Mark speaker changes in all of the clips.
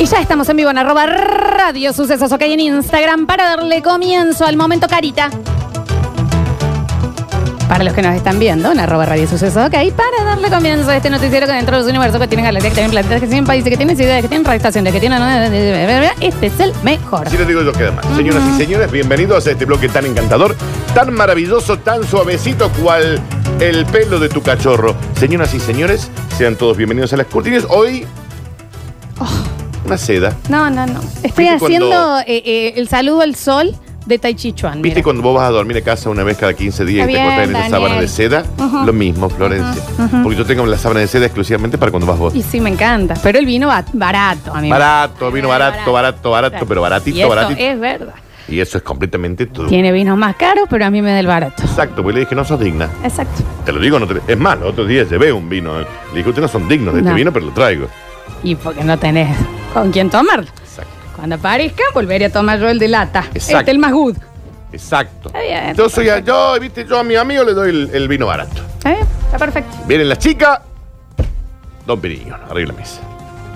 Speaker 1: Y ya estamos en vivo en arroba radio sucesos, ok, en Instagram para darle comienzo al momento carita. Para los que nos están viendo en arroba radio sucesos, ok, para darle comienzo a este noticiero que dentro de los universos que tienen galaxias, que tienen planetas, que tienen países, que tienen ciudades, que tienen radioestaciones, que tienen... Este es el mejor.
Speaker 2: Si les digo yo queda mal. Señoras y señores, bienvenidos a este bloque tan encantador, tan maravilloso, tan suavecito cual el pelo de tu cachorro. Señoras y señores, sean todos bienvenidos a las cortinas. Hoy, una seda.
Speaker 1: No, no, no. Estoy
Speaker 2: ¿Viste
Speaker 1: haciendo
Speaker 2: cuando-
Speaker 1: eh, eh, el saludo al sol de Tai Chi Chuan,
Speaker 2: ¿Viste
Speaker 1: mira.
Speaker 2: cuando vos vas a dormir a casa una vez cada 15 días
Speaker 1: Está
Speaker 2: y te
Speaker 1: bien,
Speaker 2: encontrás en esa
Speaker 1: Daniel.
Speaker 2: sábana de seda?
Speaker 1: Ujú.
Speaker 2: Lo mismo, Florencia. Porque yo tengo la sábana de seda exclusivamente para cuando vas vos.
Speaker 1: Y sí, me encanta. Pero el vino va- barato, amigo.
Speaker 2: Barato, vino barato, barato, barato, pero
Speaker 1: Y eso
Speaker 2: baratito, baratito.
Speaker 1: Es verdad.
Speaker 2: Y eso es completamente todo.
Speaker 1: Tiene vinos más caros, pero a mí me da el barato.
Speaker 2: Exacto, porque le dije, no sos digna.
Speaker 1: Exacto.
Speaker 2: Te lo digo, no te... es más, los otros días llevé un vino. eh. Le dije, ustedes no son dignos de
Speaker 1: No.
Speaker 2: este vino, pero lo traigo.
Speaker 1: Y porque no tenés con quién tomarlo.
Speaker 2: Exacto.
Speaker 1: Cuando aparezca, volveré a tomar yo el de lata.
Speaker 2: Exacto.
Speaker 1: Este el más good.
Speaker 2: Exacto.
Speaker 1: Está bien.
Speaker 2: Yo soy a, yo, viste, yo a mi amigo le doy el, el vino barato.
Speaker 1: ¿Está bien? Está perfecto.
Speaker 2: Vienen las chicas, don Piriño, arregla mesa.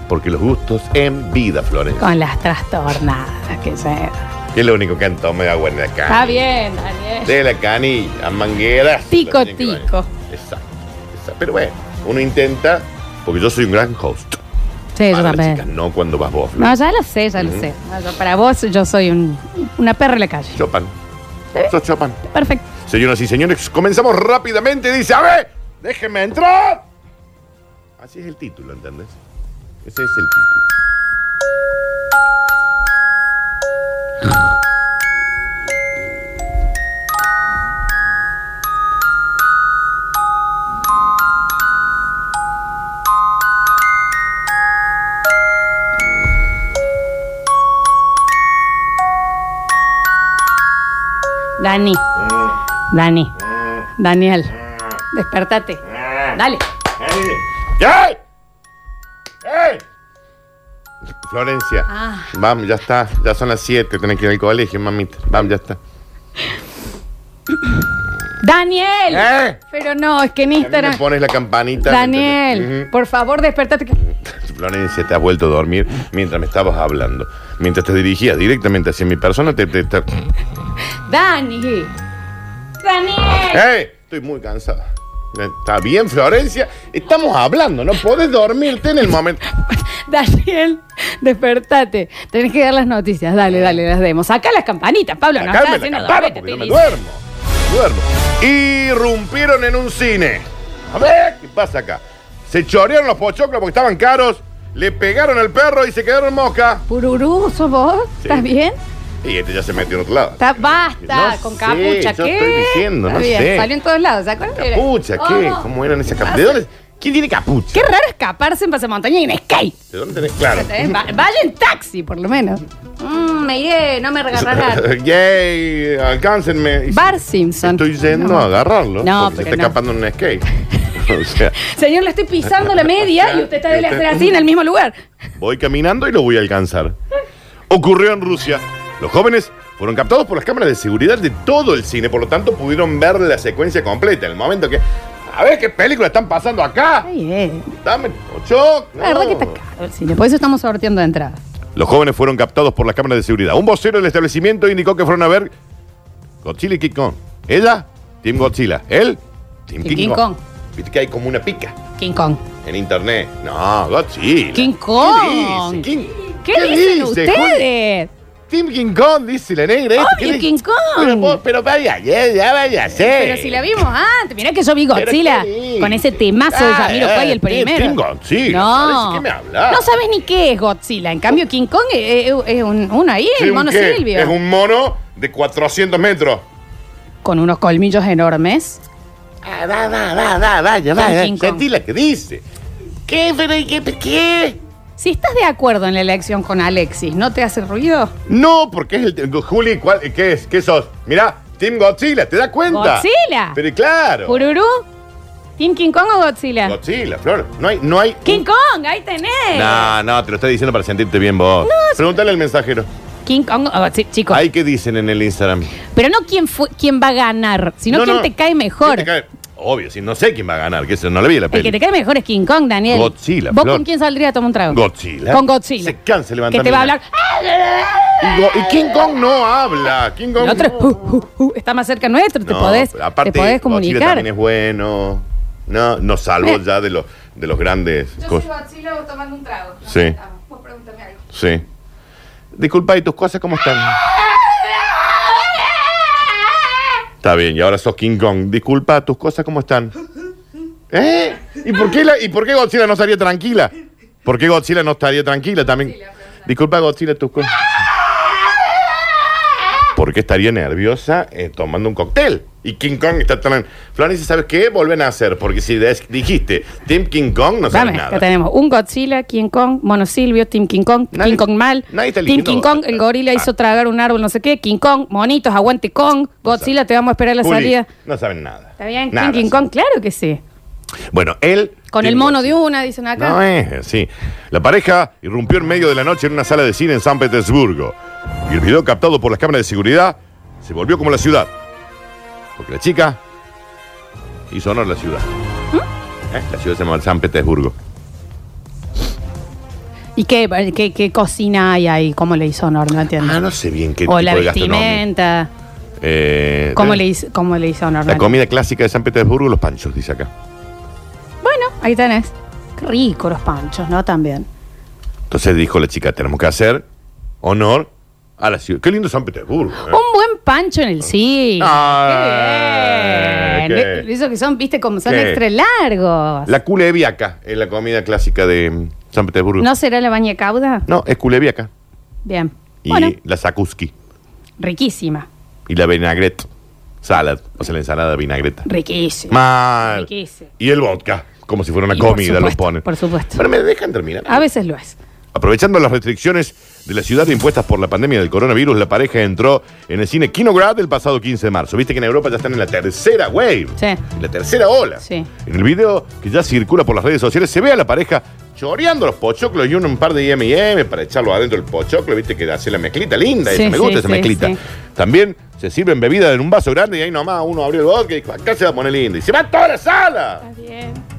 Speaker 2: Porque los gustos en vida, Florencia.
Speaker 1: Con las trastornadas que se...
Speaker 2: Que es lo único que han tomado agua en la
Speaker 1: Está
Speaker 2: cana.
Speaker 1: bien, Daniel.
Speaker 2: De la canilla, a mangueras.
Speaker 1: Tico,
Speaker 2: Las tienen que
Speaker 1: tico.
Speaker 2: bañar. Exacto, exacto. Pero bueno, uno intenta, porque yo soy un gran host.
Speaker 1: Sí, yo
Speaker 2: Para las
Speaker 1: también.
Speaker 2: chicas, no cuando vas vos,
Speaker 1: No,
Speaker 2: Florencia.
Speaker 1: ya lo sé, ya lo sé. No, yo- para vos, yo soy un- una perra en la calle.
Speaker 2: Chopan. Sos Chopan.
Speaker 1: Perfecto.
Speaker 2: Señoras y señores, comenzamos rápidamente. Dice, a ver, déjenme entrar. Así es el título, ¿entendés? Ese es el título.
Speaker 1: Dani.
Speaker 2: Mm.
Speaker 1: Dani. Daniel. Despertate.
Speaker 2: Mm.
Speaker 1: Dale.
Speaker 2: ¡Ey! ¡Ey! Florencia,
Speaker 1: Ah.
Speaker 2: vamos, ya está, ya son las 7, tenés que ir al colegio, mamita. Vamos, ya está.
Speaker 1: Daniel.
Speaker 2: ¿Eh?
Speaker 1: Pero no, es que en
Speaker 2: Y a mí
Speaker 1: Instagram.
Speaker 2: me pones la campanita.
Speaker 1: Daniel, por favor, despertate. que-
Speaker 2: Ujú. Florencia, te has vuelto a dormir mientras me estabas hablando. Mientras te dirigías directamente hacia mi persona, te... te- te-
Speaker 1: Dani. Daniel.
Speaker 2: ¡Ey! Estoy muy cansada. Está bien, Florencia. Estamos hablando, no podés dormirte en el momento.
Speaker 1: Daniel, despertate. Tenés que dar las noticias. Dale, dale, las demos. Saca las campanitas, Pablo. no
Speaker 2: Acá
Speaker 1: estás
Speaker 2: me
Speaker 1: haciendo
Speaker 2: la campana
Speaker 1: dormir,
Speaker 2: porque
Speaker 1: te
Speaker 2: no me
Speaker 1: digo.
Speaker 2: duermo. no Duermo. Irrumpieron en un cine. A ver, ¿qué pasa acá? Se chorearon los pochoclos porque estaban caros, le pegaron al perro y se quedaron mosca.
Speaker 1: Pururú, ¿sos vos?
Speaker 2: Sí.
Speaker 1: ¿Estás bien?
Speaker 2: Y este ya se metió en otro lado.
Speaker 1: Está- basta,
Speaker 2: No
Speaker 1: con
Speaker 2: sé,
Speaker 1: capucha,
Speaker 2: yo
Speaker 1: ¿qué?
Speaker 2: estoy diciendo,
Speaker 1: Está
Speaker 2: no
Speaker 1: bien,
Speaker 2: sé.
Speaker 1: Salió en todos lados, ¿se acuerdan?
Speaker 2: ¿Capucha? ¿Qué?
Speaker 1: Oh,
Speaker 2: ¿Cómo eran esas capuchas? ¿De dónde? ¿Quién tiene capucha?
Speaker 1: Qué raro escaparse en pasamontaña y en skate.
Speaker 2: ¿De dónde tenés? Claro.
Speaker 1: ¿eh? Va- Vaya en taxi, por lo menos. Mm, me iré, no me agarrarán.
Speaker 2: Yay, alcáncenme. Y
Speaker 1: Bar Simpson.
Speaker 2: Estoy yendo a agarrarlo.
Speaker 1: No,
Speaker 2: porque se
Speaker 1: pero
Speaker 2: está
Speaker 1: no.
Speaker 2: escapando en un skate. o sea,
Speaker 1: Señor, le estoy pisando la media y usted está de la
Speaker 2: Este,
Speaker 1: así en el mismo lugar.
Speaker 2: voy caminando y lo voy a alcanzar. Ocurrió en Rusia. Los jóvenes fueron captados por las cámaras de seguridad de todo el cine, por lo tanto pudieron ver la secuencia completa. En el momento que. A ver qué película están pasando acá.
Speaker 1: Ay, eh.
Speaker 2: Dame ocho.
Speaker 1: La verdad que
Speaker 2: Oh.
Speaker 1: está caro el cine, por eso estamos sorteando entradas.
Speaker 2: Los jóvenes fueron captados por las cámaras de seguridad. Un vocero del establecimiento indicó que fueron a ver Godzilla y King Kong. Ella, Team Godzilla. Él, Team
Speaker 1: Y
Speaker 2: King,
Speaker 1: King
Speaker 2: Kong.
Speaker 1: Kong.
Speaker 2: Viste que hay como una pica
Speaker 1: King Kong.
Speaker 2: en internet. No, Godzilla.
Speaker 1: King Kong.
Speaker 2: ¿Qué dice? King-
Speaker 1: ¿Qué, dicen
Speaker 2: dice, Juli?
Speaker 1: ustedes?
Speaker 2: Team King Kong, dice la negra. esta.
Speaker 1: Obvio,
Speaker 2: ¿Qué dice?
Speaker 1: King Kong.
Speaker 2: Pero, vos- pero vaya, ya, ya vaya, sí.
Speaker 1: Pero si la vimos antes, mirá que yo vi
Speaker 2: Pero
Speaker 1: Godzilla
Speaker 2: qué dice.
Speaker 1: con ese temazo de
Speaker 2: Ah,
Speaker 1: Ramiro
Speaker 2: eh,
Speaker 1: Cuay el
Speaker 2: Team-
Speaker 1: primero.
Speaker 2: Team Godzilla,
Speaker 1: No.
Speaker 2: parece que me hablas.
Speaker 1: No sabes ni qué es Godzilla. En cambio, King Kong es, es- es un, uno ahí,
Speaker 2: Sí,
Speaker 1: el
Speaker 2: ¿un
Speaker 1: mono
Speaker 2: qué?
Speaker 1: Silvio.
Speaker 2: Es un mono de 400 metros.
Speaker 1: Con unos colmillos enormes.
Speaker 2: Ah, va, va, va, va, vaya, vaya.
Speaker 1: King Kong.
Speaker 2: Sentí la que dice. ¿Qué? Pero, ¿y ¿Qué? ¿Qué?
Speaker 1: Si estás de acuerdo en la elección con Alexis, ¿no te hace ruido?
Speaker 2: No, porque es el. te- Juli, ¿cuál, ¿qué es? ¿Qué sos? Mirá, Team Godzilla, ¿te das cuenta?
Speaker 1: Godzilla.
Speaker 2: Pero claro.
Speaker 1: ¿Pururú? ¿Team King Kong o Godzilla?
Speaker 2: Godzilla, Flor. No hay. No, hay
Speaker 1: ¡King Kong! ¡Ahí tenés!
Speaker 2: no, no, te lo estoy diciendo para sentirte bien vos. Pregúntale al mensajero.
Speaker 1: King Kong, o Godzilla, chicos.
Speaker 2: Ahí qué dicen en el Instagram.
Speaker 1: Pero no quién, fue, quién va a ganar, sino
Speaker 2: No,
Speaker 1: quién
Speaker 2: no.
Speaker 1: te cae mejor.
Speaker 2: ¿Quién te cae? Obvio, si no sé quién va a ganar, que eso no le vi la
Speaker 1: El que
Speaker 2: peli.
Speaker 1: te cae mejor es King Kong, Daniel.
Speaker 2: Godzilla,
Speaker 1: ¿Vos
Speaker 2: Flor.
Speaker 1: con quién saldría a tomar un trago?
Speaker 2: Godzilla.
Speaker 1: Con Godzilla.
Speaker 2: Se cansa
Speaker 1: Que
Speaker 2: levantar.
Speaker 1: te va a hablar. "Ah,
Speaker 2: Y, Go- y King Kong no habla. King Kong.
Speaker 1: El otro
Speaker 2: no.
Speaker 1: uh, uh, uh, está más cerca nuestro, te
Speaker 2: No,
Speaker 1: podés,
Speaker 2: pero aparte,
Speaker 1: te podés
Speaker 2: Godzilla
Speaker 1: comunicar.
Speaker 2: también es bueno. No, no salvo
Speaker 1: Me-
Speaker 2: ya de los, de los grandes. cos-
Speaker 1: Godzilla tomando un trago.
Speaker 2: Sí. estamos. Sí. Disculpa, ¿y tus cosas cómo están? Está bien, y ahora sos King Kong. Disculpa, ¿tus cosas cómo están? ¿Eh? ¿Y por qué, la- y por qué Godzilla no estaría tranquila? ¿Por qué Godzilla no estaría tranquila también? Disculpa, Godzilla, tus cosas. ¿Por qué estaría nerviosa eh, tomando un cóctel? Y King Kong está tan... Florencia, ¿sabes qué? Vuelven a hacer, porque si des- dijiste Team King Kong, no sabes
Speaker 1: Dame, acá
Speaker 2: nada.
Speaker 1: tenemos un Godzilla, King Kong, Mono Silvio, Team King Kong,
Speaker 2: Nadie-
Speaker 1: King Kong mal,
Speaker 2: nadie está
Speaker 1: Team
Speaker 2: eligiendo
Speaker 1: King Kong,
Speaker 2: Godzilla.
Speaker 1: el gorila
Speaker 2: Ah.
Speaker 1: hizo tragar un árbol, no sé qué, King Kong, monitos, aguante Kong, Godzilla, te vamos a esperar a la
Speaker 2: Juli,
Speaker 1: salida.
Speaker 2: No saben nada.
Speaker 1: ¿Está bien? Team
Speaker 2: Nada
Speaker 1: King
Speaker 2: saben.
Speaker 1: Kong, claro que sí.
Speaker 2: Bueno, él.
Speaker 1: Con el mono de una, dicen acá.
Speaker 2: No es, sí. La pareja irrumpió en medio de la noche en una sala de cine en San Petersburgo. Y el video captado por las cámaras de seguridad se volvió como la ciudad. Porque la chica hizo honor a la ciudad.
Speaker 1: ¿Mm?
Speaker 2: ¿Eh? La ciudad se llama San Petersburgo.
Speaker 1: ¿Y qué, qué, qué cocina hay ahí? ¿Cómo le hizo honor? No entiendo.
Speaker 2: Ah, no sé bien qué
Speaker 1: o
Speaker 2: tipo
Speaker 1: la
Speaker 2: de gastronomía.
Speaker 1: vestimenta.
Speaker 2: Eh,
Speaker 1: ¿Cómo
Speaker 2: eh,
Speaker 1: le, hizo, ¿Cómo le hizo honor?
Speaker 2: La
Speaker 1: no
Speaker 2: comida clásica de San Petersburgo, los panchos, dice acá.
Speaker 1: Bueno, ahí tenés. Qué rico los panchos, ¿no? También.
Speaker 2: Eh. Entonces dijo la chica, tenemos que hacer honor a la ciudad. Qué lindo San Petersburgo. ¿eh?
Speaker 1: Un buen pancho en el sí.
Speaker 2: Ah,
Speaker 1: qué bien.
Speaker 2: ¿qué?
Speaker 1: Eso que son, viste, como son
Speaker 2: ¿Qué?
Speaker 1: extra largos.
Speaker 2: La culeviaca es la comida clásica de mm, San Petersburgo. No,
Speaker 1: ¿No será la baña cauda?
Speaker 2: es culeviaca.
Speaker 1: Bien.
Speaker 2: Y
Speaker 1: Bueno,
Speaker 2: la sakuski.
Speaker 1: riquísima.
Speaker 2: Y la vinagret. Salad. O sea, la ensalada vinagreta.
Speaker 1: Riquísima.
Speaker 2: Mal.
Speaker 1: Riquísimo.
Speaker 2: Y el vodka. Como si fuera una
Speaker 1: Y por
Speaker 2: comida, lo
Speaker 1: supuesto,
Speaker 2: ponen.
Speaker 1: por supuesto.
Speaker 2: Pero me dejan terminar.
Speaker 1: A veces lo es.
Speaker 2: Aprovechando las restricciones de la ciudad impuestas por la pandemia del coronavirus, la pareja entró en el cine Kinograd el pasado 15 de marzo. Viste que en Europa ya están en la tercera wave.
Speaker 1: Sí.
Speaker 2: En La tercera ola.
Speaker 1: Sí.
Speaker 2: En el video que ya circula por las redes sociales se ve a la pareja choreando los pochoclos y un, un par de IMM para echarlo adentro del pochoclo. Viste que hace la mezclita linda.
Speaker 1: Sí,
Speaker 2: esa, me gusta
Speaker 1: sí,
Speaker 2: esa
Speaker 1: sí,
Speaker 2: mezclita.
Speaker 1: sí.
Speaker 2: También se sirven bebidas en un vaso grande y ahí nomás uno abrió el vodka y dijo, acá se va a poner lindo. Y se va toda la sala.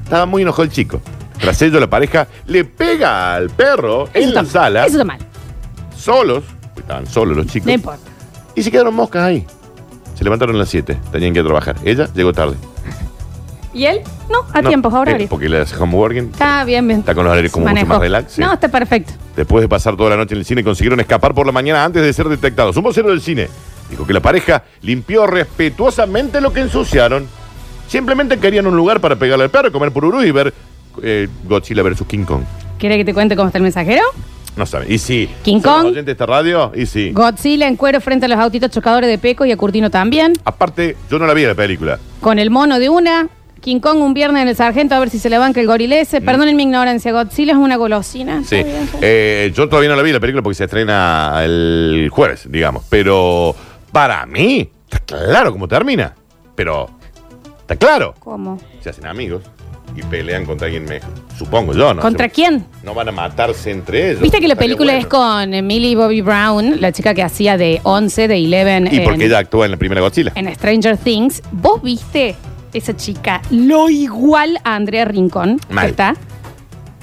Speaker 2: Estaba muy enojado el chico. Tras ello, la pareja le pega al perro
Speaker 1: Eso
Speaker 2: en la
Speaker 1: está-
Speaker 2: sala,
Speaker 1: Eso está mal.
Speaker 2: solos. Estaban solos los chicos.
Speaker 1: No importa.
Speaker 2: Y se quedaron moscas ahí. Se levantaron a las 7. Tenían que ir a trabajar. Ella llegó tarde.
Speaker 1: ¿Y él? No, a
Speaker 2: No,
Speaker 1: tiempos, ahora
Speaker 2: eh, porque la hace home working.
Speaker 1: Está bien, bien.
Speaker 2: Está con los horarios como mucho
Speaker 1: Manejó.
Speaker 2: más relax, sí.
Speaker 1: No, está perfecto.
Speaker 2: Después de pasar toda la noche en el cine, consiguieron escapar por la mañana antes de ser detectados. Un vocero del cine dijo que la pareja limpió respetuosamente lo que ensuciaron. Simplemente querían un lugar para pegarle al perro, comer pururú y ver eh, Godzilla versus King Kong.
Speaker 1: ¿Quiere que te cuente cómo está el mensajero?
Speaker 2: No saben. Y sí.
Speaker 1: King
Speaker 2: ¿Son los
Speaker 1: Kong.
Speaker 2: oyentes de esta radio? Y sí.
Speaker 1: Godzilla en cuero frente a los autitos chocadores de Peco y a Curtino también.
Speaker 2: Aparte, yo no la vi la película.
Speaker 1: Con el mono de una. King Kong un viernes en el sargento a ver si se le banca el gorilese. Perdonen mi ignorancia, Godzilla es una golosina.
Speaker 2: Mm. Sí.
Speaker 1: Está bien, pues. está bien.
Speaker 2: Eh, yo todavía no la vi la película porque se estrena el jueves, digamos. Pero para mí, está claro cómo termina. Pero está claro.
Speaker 1: ¿Cómo?
Speaker 2: Se hacen amigos y pelean contra alguien mejor. Supongo yo, ¿no?
Speaker 1: ¿Contra
Speaker 2: Se-
Speaker 1: quién?
Speaker 2: No van a matarse entre ellos.
Speaker 1: Viste que la
Speaker 2: Estaría
Speaker 1: película es
Speaker 2: bueno.
Speaker 1: con Emily Bobby Brown, la chica que hacía de 11, de 11 en,
Speaker 2: Y porque ella actúa en la primera Godzilla.
Speaker 1: en Stranger Things. ¿Vos viste esa chica lo igual a Andrea Rincón? que
Speaker 2: Mal.
Speaker 1: está.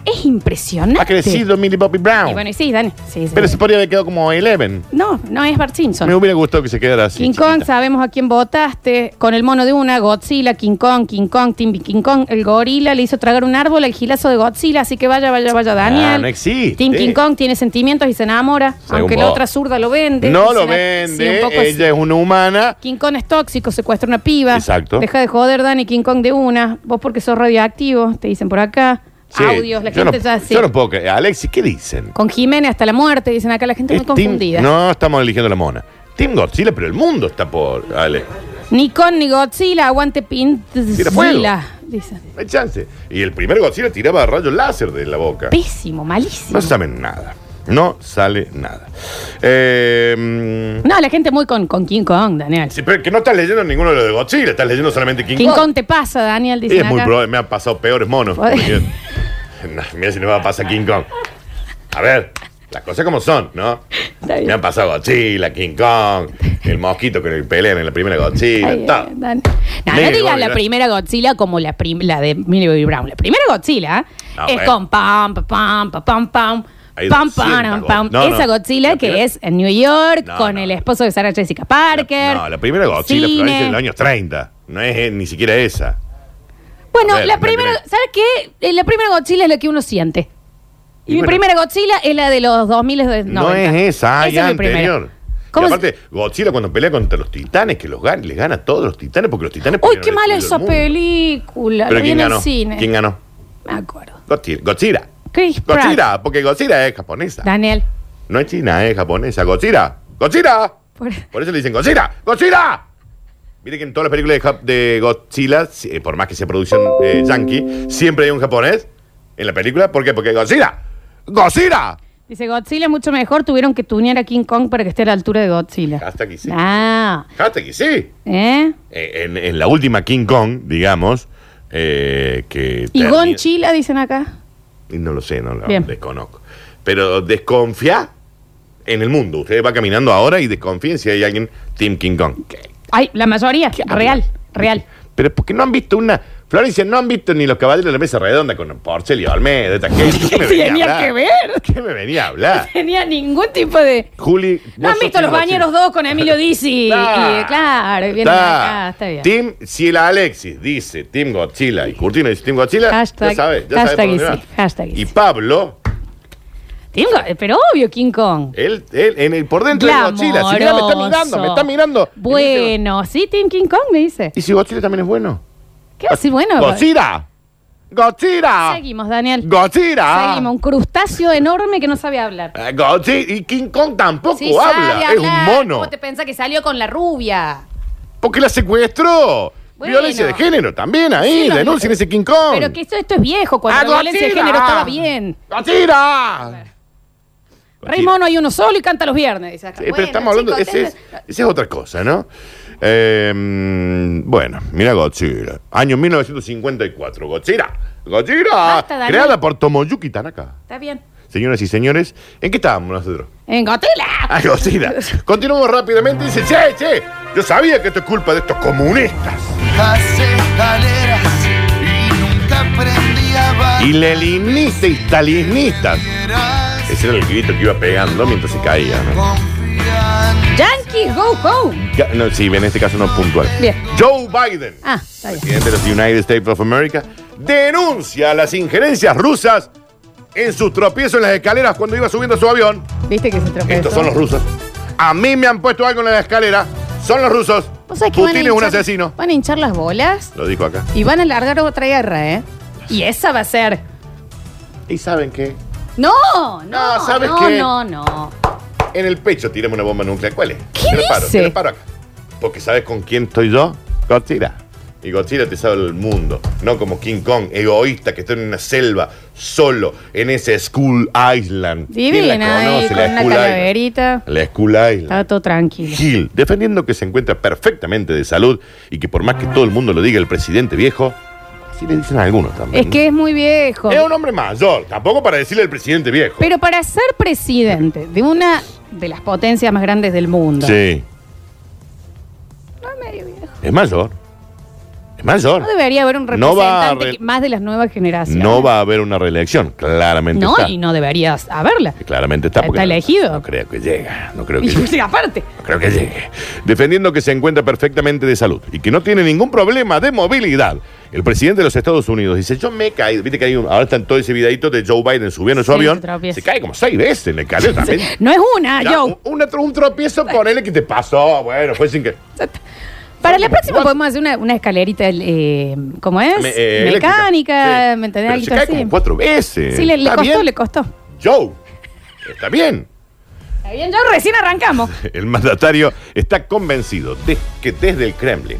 Speaker 1: Es impresionante.
Speaker 2: Ha crecido Millie Bobby Brown.
Speaker 1: Y bueno, y sí, Dani. Sí, sí.
Speaker 2: pero se podría haber quedado como Eleven.
Speaker 1: No, no es Bart Simpson.
Speaker 2: Me hubiera gustado que se quedara así.
Speaker 1: King Kong,
Speaker 2: chiquita.
Speaker 1: sabemos a quién votaste. Con el mono de una, Godzilla, King Kong, King Kong, Timmy King Kong. El gorila le hizo tragar un árbol al gilazo de Godzilla, así que vaya, vaya, vaya, Daniel.
Speaker 2: Ah, no existe.
Speaker 1: Tim King Kong tiene sentimientos y se enamora,
Speaker 2: Según
Speaker 1: aunque la
Speaker 2: vos.
Speaker 1: otra zurda lo vende.
Speaker 2: No
Speaker 1: Se
Speaker 2: lo
Speaker 1: ena-
Speaker 2: vende.
Speaker 1: Sí, un poco
Speaker 2: Ella es una humana.
Speaker 1: King Kong es tóxico, secuestra una piba.
Speaker 2: Exacto.
Speaker 1: Deja de joder, Dani, King Kong de una. Vos porque sos radioactivo, te dicen por acá.
Speaker 2: Sí,
Speaker 1: Audios, la
Speaker 2: yo
Speaker 1: gente
Speaker 2: no,
Speaker 1: ya sí.
Speaker 2: Yo no puedo creer. Alexis, ¿qué dicen?
Speaker 1: Con Jiménez hasta la muerte, dicen acá la gente
Speaker 2: Es
Speaker 1: muy
Speaker 2: Team-
Speaker 1: confundida.
Speaker 2: no, estamos eligiendo la mona. Team Godzilla, pero el mundo está por Alex.
Speaker 1: Ni con ni Godzilla, aguante
Speaker 2: Tira fuego.
Speaker 1: Pintzilla. dicen.
Speaker 2: No hay chance. Y el primer Godzilla tiraba rayos láser de la boca.
Speaker 1: Pésimo, malísimo.
Speaker 2: No saben nada. No sale nada. Eh, mm,
Speaker 1: No, la gente muy con, con King Kong, Daniel.
Speaker 2: sí, pero que no estás leyendo ninguno de los de Godzilla, estás leyendo solamente King,
Speaker 1: King
Speaker 2: Kong.
Speaker 1: Kong te pasa, Daniel,
Speaker 2: Y
Speaker 1: dice.
Speaker 2: es muy probable, me han pasado peores monos.
Speaker 1: Joder.
Speaker 2: porque- No, mira si no me va a pasar King Kong. A ver, las cosas como son, ¿no?
Speaker 1: Está bien.
Speaker 2: Me han pasado Godzilla, King Kong, el mosquito que pelean en la primera Godzilla. todo.
Speaker 1: eh, No, no
Speaker 2: Negro,
Speaker 1: digas la
Speaker 2: ¿verdad?
Speaker 1: primera Godzilla como la, prim- la de Millie Bobby Brown. La primera Godzilla
Speaker 2: No,
Speaker 1: es
Speaker 2: Ah, bueno.
Speaker 1: con pam, pa, pam, pa, pam, pam.
Speaker 2: Hay
Speaker 1: Pam,
Speaker 2: 200
Speaker 1: pam,
Speaker 2: Go-
Speaker 1: pam.
Speaker 2: No,
Speaker 1: Esa
Speaker 2: no.
Speaker 1: Godzilla
Speaker 2: La
Speaker 1: que
Speaker 2: primera-
Speaker 1: es en New York
Speaker 2: No,
Speaker 1: con
Speaker 2: no.
Speaker 1: el esposo de Sarah Jessica Parker.
Speaker 2: No, la primera Godzilla,
Speaker 1: Cine.
Speaker 2: pero es de los años 30. No es eh, ni siquiera esa.
Speaker 1: Bueno,
Speaker 2: A ver,
Speaker 1: la
Speaker 2: la
Speaker 1: primera,
Speaker 2: primera-
Speaker 1: ¿sabes qué? Eh, La primera Godzilla es la que uno siente. Y,
Speaker 2: Y
Speaker 1: mi
Speaker 2: bueno.
Speaker 1: primera Godzilla es la de los 2000 de
Speaker 2: No es esa, hay
Speaker 1: es mi primera.
Speaker 2: anterior.
Speaker 1: ¿Cómo
Speaker 2: y
Speaker 1: se-
Speaker 2: aparte, Godzilla cuando pelea contra los titanes, que los gan- les gana a todos los titanes, porque los titanes...
Speaker 1: Uy,
Speaker 2: pelearon
Speaker 1: qué
Speaker 2: el
Speaker 1: mala
Speaker 2: culo
Speaker 1: esa
Speaker 2: del mundo.
Speaker 1: película.
Speaker 2: ¿Pero
Speaker 1: la vi en
Speaker 2: quién
Speaker 1: el
Speaker 2: ganó?
Speaker 1: cine.
Speaker 2: ¿Quién ganó?
Speaker 1: Me acuerdo.
Speaker 2: Godzilla. Godzilla.
Speaker 1: Chris Pratt.
Speaker 2: Godzilla, porque Godzilla es japonesa.
Speaker 1: Daniel.
Speaker 2: No es china, es japonesa. Godzilla. Godzilla.
Speaker 1: Por-
Speaker 2: Por eso le dicen Godzilla. Godzilla. Mire que en todas las películas de, Jap- de Godzilla, si- eh, por más que sea producción eh, yankee, siempre hay un japonés en la película. ¿Por qué? Porque Godzilla. Godzilla.
Speaker 1: Dice Godzilla es mucho mejor. Tuvieron que tunear a King Kong para que esté a la altura de Godzilla.
Speaker 2: Hasta aquí sí.
Speaker 1: Ah,
Speaker 2: Hasta que sí.
Speaker 1: ¿eh?
Speaker 2: Eh, En, en la última King Kong, digamos, eh, que...
Speaker 1: Y
Speaker 2: termina-
Speaker 1: Gonchila, dicen acá.
Speaker 2: Y No lo sé, no lo
Speaker 1: Bien.
Speaker 2: desconozco. Pero desconfía en el mundo. Usted va caminando ahora y desconfíen si hay alguien Team King Kong.
Speaker 1: Ay, la mayoría.
Speaker 2: habla?
Speaker 1: Real, real.
Speaker 2: Pero porque no han visto una. Florencia, no han visto ni los caballeros de la mesa redonda con Porcel y Olmedo. esta gente. ¿Qué, me venía a
Speaker 1: Tenía
Speaker 2: hablar?
Speaker 1: que ver.
Speaker 2: ¿Qué me venía a hablar?
Speaker 1: Tenía ningún tipo de...
Speaker 2: Juli.
Speaker 1: No han
Speaker 2: vos
Speaker 1: visto
Speaker 2: sos
Speaker 1: los
Speaker 2: Team
Speaker 1: bañeros
Speaker 2: Godzilla.
Speaker 1: 2 con Emilio Dizzi. y, eh,
Speaker 2: Está.
Speaker 1: claro, y vienen acá, está bien.
Speaker 2: Team, si el Alexis dice Team Godzilla y Curtino dice Team Godzilla,
Speaker 1: Hashtag-
Speaker 2: ya sabe,
Speaker 1: hashtag
Speaker 2: ya sabe por
Speaker 1: y
Speaker 2: dónde va.
Speaker 1: sí, hashtag y sí.
Speaker 2: Y Pablo,
Speaker 1: Tengo- eh, pero obvio, King Kong.
Speaker 2: él, él en el, por dentro de Godzilla, si mira, me está mirando, me está mirando.
Speaker 1: Bueno, sí, Tim King Kong me dice.
Speaker 2: ¿Y si Godzilla también es bueno?
Speaker 1: ¿Qué así bueno?
Speaker 2: ¡Godzilla! ¡Godzilla!
Speaker 1: Seguimos, Daniel.
Speaker 2: ¡Godzilla!
Speaker 1: Seguimos, un crustáceo enorme que no sabe hablar.
Speaker 2: Ah, Godzilla y King Kong tampoco
Speaker 1: Sí,
Speaker 2: habla,
Speaker 1: sabe
Speaker 2: es un
Speaker 1: hablar.
Speaker 2: mono.
Speaker 1: ¿Cómo te pensás que salió con la rubia?
Speaker 2: Porque la secuestró.
Speaker 1: Bueno.
Speaker 2: Violencia de género también ahí,
Speaker 1: Sí, lo-
Speaker 2: denuncien ese King Kong.
Speaker 1: Pero que esto, esto es viejo, cuando
Speaker 2: ¡Ah,
Speaker 1: la violencia de
Speaker 2: Godzilla!
Speaker 1: género estaba bien.
Speaker 2: ¡Godzilla!
Speaker 1: Rey Mono hay uno solo y canta los viernes. dice acá.
Speaker 2: Sí,
Speaker 1: Bueno,
Speaker 2: pero estamos hablando,
Speaker 1: chicos,
Speaker 2: ese es- esa es, otra cosa, ¿no? Eh, mm, bueno, mira Godzilla. Año 1954. Godzilla. Godzilla.
Speaker 1: Basta, Daniel.
Speaker 2: creada por Tomoyuki Tanaka.
Speaker 1: Está bien.
Speaker 2: Señoras y señores, ¿en qué estábamos nosotros?
Speaker 1: En Godzilla.
Speaker 2: Ah, Godzilla. Continuamos rápidamente. Dice, che, che, yo sabía que esto es culpa de estos comunistas.
Speaker 3: las escaleras y nunca aprendí a
Speaker 2: Y leninista y stalinista.
Speaker 3: bailar.
Speaker 2: Ese era el grito que iba pegando mientras se caía, ¿no?
Speaker 3: Confían
Speaker 1: Yankees, go home.
Speaker 2: Ca- no, sí, en este caso no puntual.
Speaker 1: Bien.
Speaker 2: Joe Biden,
Speaker 1: Ah, está bien.
Speaker 2: presidente de los United States of America, denuncia las injerencias rusas en sus tropiezos en las escaleras cuando iba subiendo a su avión.
Speaker 1: Viste que se tropezó.
Speaker 2: Estos son los rusos. A mí me han puesto algo en la escalera. Son los rusos.
Speaker 1: ¿Vos sabés que van a
Speaker 2: Putin es Uh, un
Speaker 1: hinchar-
Speaker 2: asesino.
Speaker 1: Van a hinchar las bolas
Speaker 2: Lo dijo acá.
Speaker 1: y van a largar otra guerra, ¿eh? Y esa va a ser.
Speaker 2: ¿Y saben qué?
Speaker 1: No, no, no,
Speaker 2: No, Ah, ¿sabes
Speaker 1: no,
Speaker 2: qué?
Speaker 1: no, no.
Speaker 2: En el pecho tiramos una bomba nuclear. ¿Cuál es?
Speaker 1: ¿Qué
Speaker 2: Te la paro,
Speaker 1: dice?
Speaker 2: te la paro acá. Porque ¿sabes con quién estoy yo? Godzilla. Y Godzilla te sabe el mundo. No como King Kong, egoísta, que está en una selva, solo, en ese School Island. ¿Quién la
Speaker 1: Divina ahí,
Speaker 2: conoce,
Speaker 1: con
Speaker 2: la
Speaker 1: una
Speaker 2: Skull Island?
Speaker 1: calaverita.
Speaker 2: La School
Speaker 1: Estaba
Speaker 2: Island.
Speaker 1: todo tranquilo.
Speaker 2: Gil, defendiendo que se encuentra perfectamente de salud y que por más que todo el mundo lo diga el presidente viejo, así le dicen a algunos también.
Speaker 1: Es que es muy viejo.
Speaker 2: Es un hombre mayor, tampoco para decirle al presidente viejo.
Speaker 1: Pero para ser presidente de una de las potencias más grandes del mundo.
Speaker 2: Sí.
Speaker 1: No, medio viejo.
Speaker 2: Es mayor. Es mayor.
Speaker 1: No debería haber un
Speaker 2: No va a
Speaker 1: representante
Speaker 2: re-
Speaker 1: que- más de las nuevas generaciones.
Speaker 2: No va a haber una reelección. Claramente
Speaker 1: No,
Speaker 2: está.
Speaker 1: y no deberías haberla.
Speaker 2: Claramente está. porque
Speaker 1: Está
Speaker 2: no-
Speaker 1: elegido.
Speaker 2: No, creo que llega. No creo que
Speaker 1: Y
Speaker 2: llegue.
Speaker 1: sí, aparte.
Speaker 2: No creo que llegue. Defendiendo que se encuentra perfectamente de salud y que no tiene ningún problema de movilidad. El presidente de los Estados Unidos dice, yo me he caído. Viste que hay un- ahora está en todo ese videito de Joe Biden subiendo en su
Speaker 1: Sí,
Speaker 2: avión.
Speaker 1: se tropieza.
Speaker 2: Se cae como seis veces en el calor también.
Speaker 1: No es una,
Speaker 2: Ya, un,
Speaker 1: yo.
Speaker 2: una- un tropiezo con él que te pasó. Bueno, fue sin que...
Speaker 1: Para la próxima podemos hacer una, una escalerita, eh, ¿cómo es?
Speaker 2: Me- eh, eléctrica.
Speaker 1: Mecánica,
Speaker 2: Sí.
Speaker 1: ¿me entendés?
Speaker 2: Pero
Speaker 1: Algo
Speaker 2: se cae
Speaker 1: así.
Speaker 2: como cuatro veces.
Speaker 1: Sí, le, le
Speaker 2: ¿Está
Speaker 1: costó,
Speaker 2: bien?
Speaker 1: le costó.
Speaker 2: Joe, está bien.
Speaker 1: Está bien, yo recién arrancamos.
Speaker 2: El mandatario está convencido de que desde el Kremlin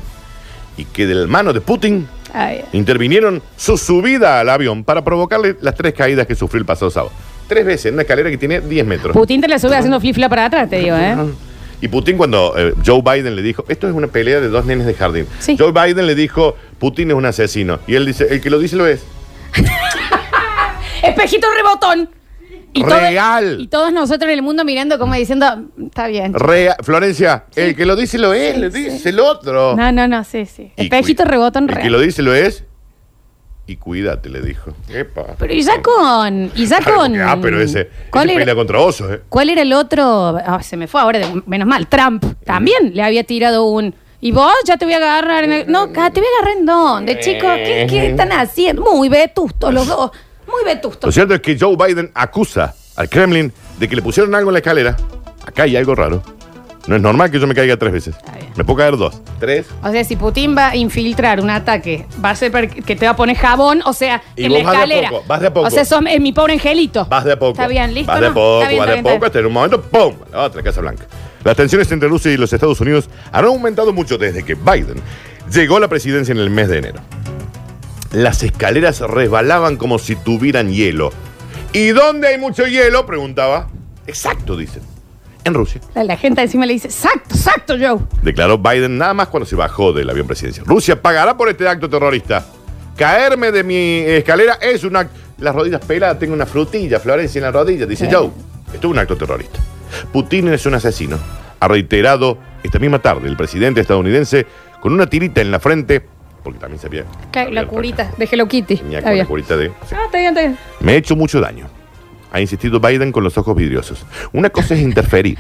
Speaker 2: y que de la mano de Putin
Speaker 1: Ay,
Speaker 2: Intervinieron su subida al avión para provocarle las tres caídas que sufrió el pasado sábado. Tres veces, en una escalera que tiene 10 metros.
Speaker 1: Putin te la sube haciendo flip para atrás, te digo, ¿eh?
Speaker 2: Y Putin cuando eh, Joe Biden le dijo, esto es una pelea de dos nenes de jardín.
Speaker 1: Sí.
Speaker 2: Joe Biden le dijo, Putin es un asesino. Y él dice, el que lo dice lo es.
Speaker 1: Espejito rebotón. Y todo-
Speaker 2: Real.
Speaker 1: y todos nosotros en el mundo mirando como diciendo, está bien.
Speaker 2: Rea- Florencia, el que lo dice lo es, le dice el otro.
Speaker 1: No, no, no, sí, sí.
Speaker 2: Y
Speaker 1: Espejito
Speaker 2: cui-
Speaker 1: rebotón
Speaker 2: El que
Speaker 1: real.
Speaker 2: lo dice lo es. Y cuídate, le dijo. Epa.
Speaker 1: Pero y ya con. Y ya
Speaker 2: Claro,
Speaker 1: con.
Speaker 2: porque, Ah, pero ese,
Speaker 1: ¿Cuál
Speaker 2: ese pelea
Speaker 1: era,
Speaker 2: contra osos, ¿eh?
Speaker 1: cuál era el otro? Ah, se me fue ahora, de- menos mal. Trump también le había tirado un. Y vos ya te voy a agarrar en el. No, ca- te voy a agarrar en dónde, chicos. ¿Qué, qué están haciendo? Muy vetustos los dos. Muy
Speaker 2: Lo
Speaker 1: vetustos.
Speaker 2: cierto es que Joe Biden acusa al Kremlin de que le pusieron algo en la escalera. Acá hay algo raro. No es normal que yo me caiga tres veces.
Speaker 1: bien.
Speaker 2: Me puedo caer dos. Tres.
Speaker 1: O sea, si Putin va a infiltrar un ataque, va a ser per- que te va a poner jabón, o sea,
Speaker 2: Y
Speaker 1: en la
Speaker 2: vos vas de a
Speaker 1: escalera.
Speaker 2: poco, vas de a poco.
Speaker 1: O sea, sos eh, mi pobre angelito.
Speaker 2: Vas de a poco.
Speaker 1: Está bien, listo.
Speaker 2: Vas de a
Speaker 1: ¿no?
Speaker 2: poco,
Speaker 1: Está bien,
Speaker 2: vas
Speaker 1: está
Speaker 2: de a
Speaker 1: bien, está
Speaker 2: poco, hasta en un momento, ¡pum! La otra Casa Blanca. Las tensiones entre Rusia y los Estados Unidos han aumentado mucho desde que Biden llegó a la presidencia en el mes de enero. Las escaleras resbalaban como si tuvieran hielo. ¿Y dónde hay mucho hielo? Preguntaba. Exacto, dicen. En Rusia.
Speaker 1: bien. La gente encima le dice, exacto, exacto, Joe.
Speaker 2: Declaró Biden nada más cuando se bajó del avión presidencial. Rusia pagará por este acto terrorista. Caerme de mi escalera es un acto. Las rodillas peladas, tengo una frutilla, Florencia en la rodilla, dice
Speaker 1: Sí.
Speaker 2: Joe. Esto es un acto terrorista. Putin es un asesino. Ha reiterado esta misma tarde el presidente estadounidense con una tirita en la frente, porque también sabía.
Speaker 1: Claro, La curita de Hello Kitty.
Speaker 2: Tenía
Speaker 1: Está
Speaker 2: con la
Speaker 1: bien.
Speaker 2: curita de.
Speaker 1: Ah, está bien, está bien.
Speaker 2: Me he hecho mucho daño, ha insistido Biden con los ojos vidriosos. Una cosa es interferir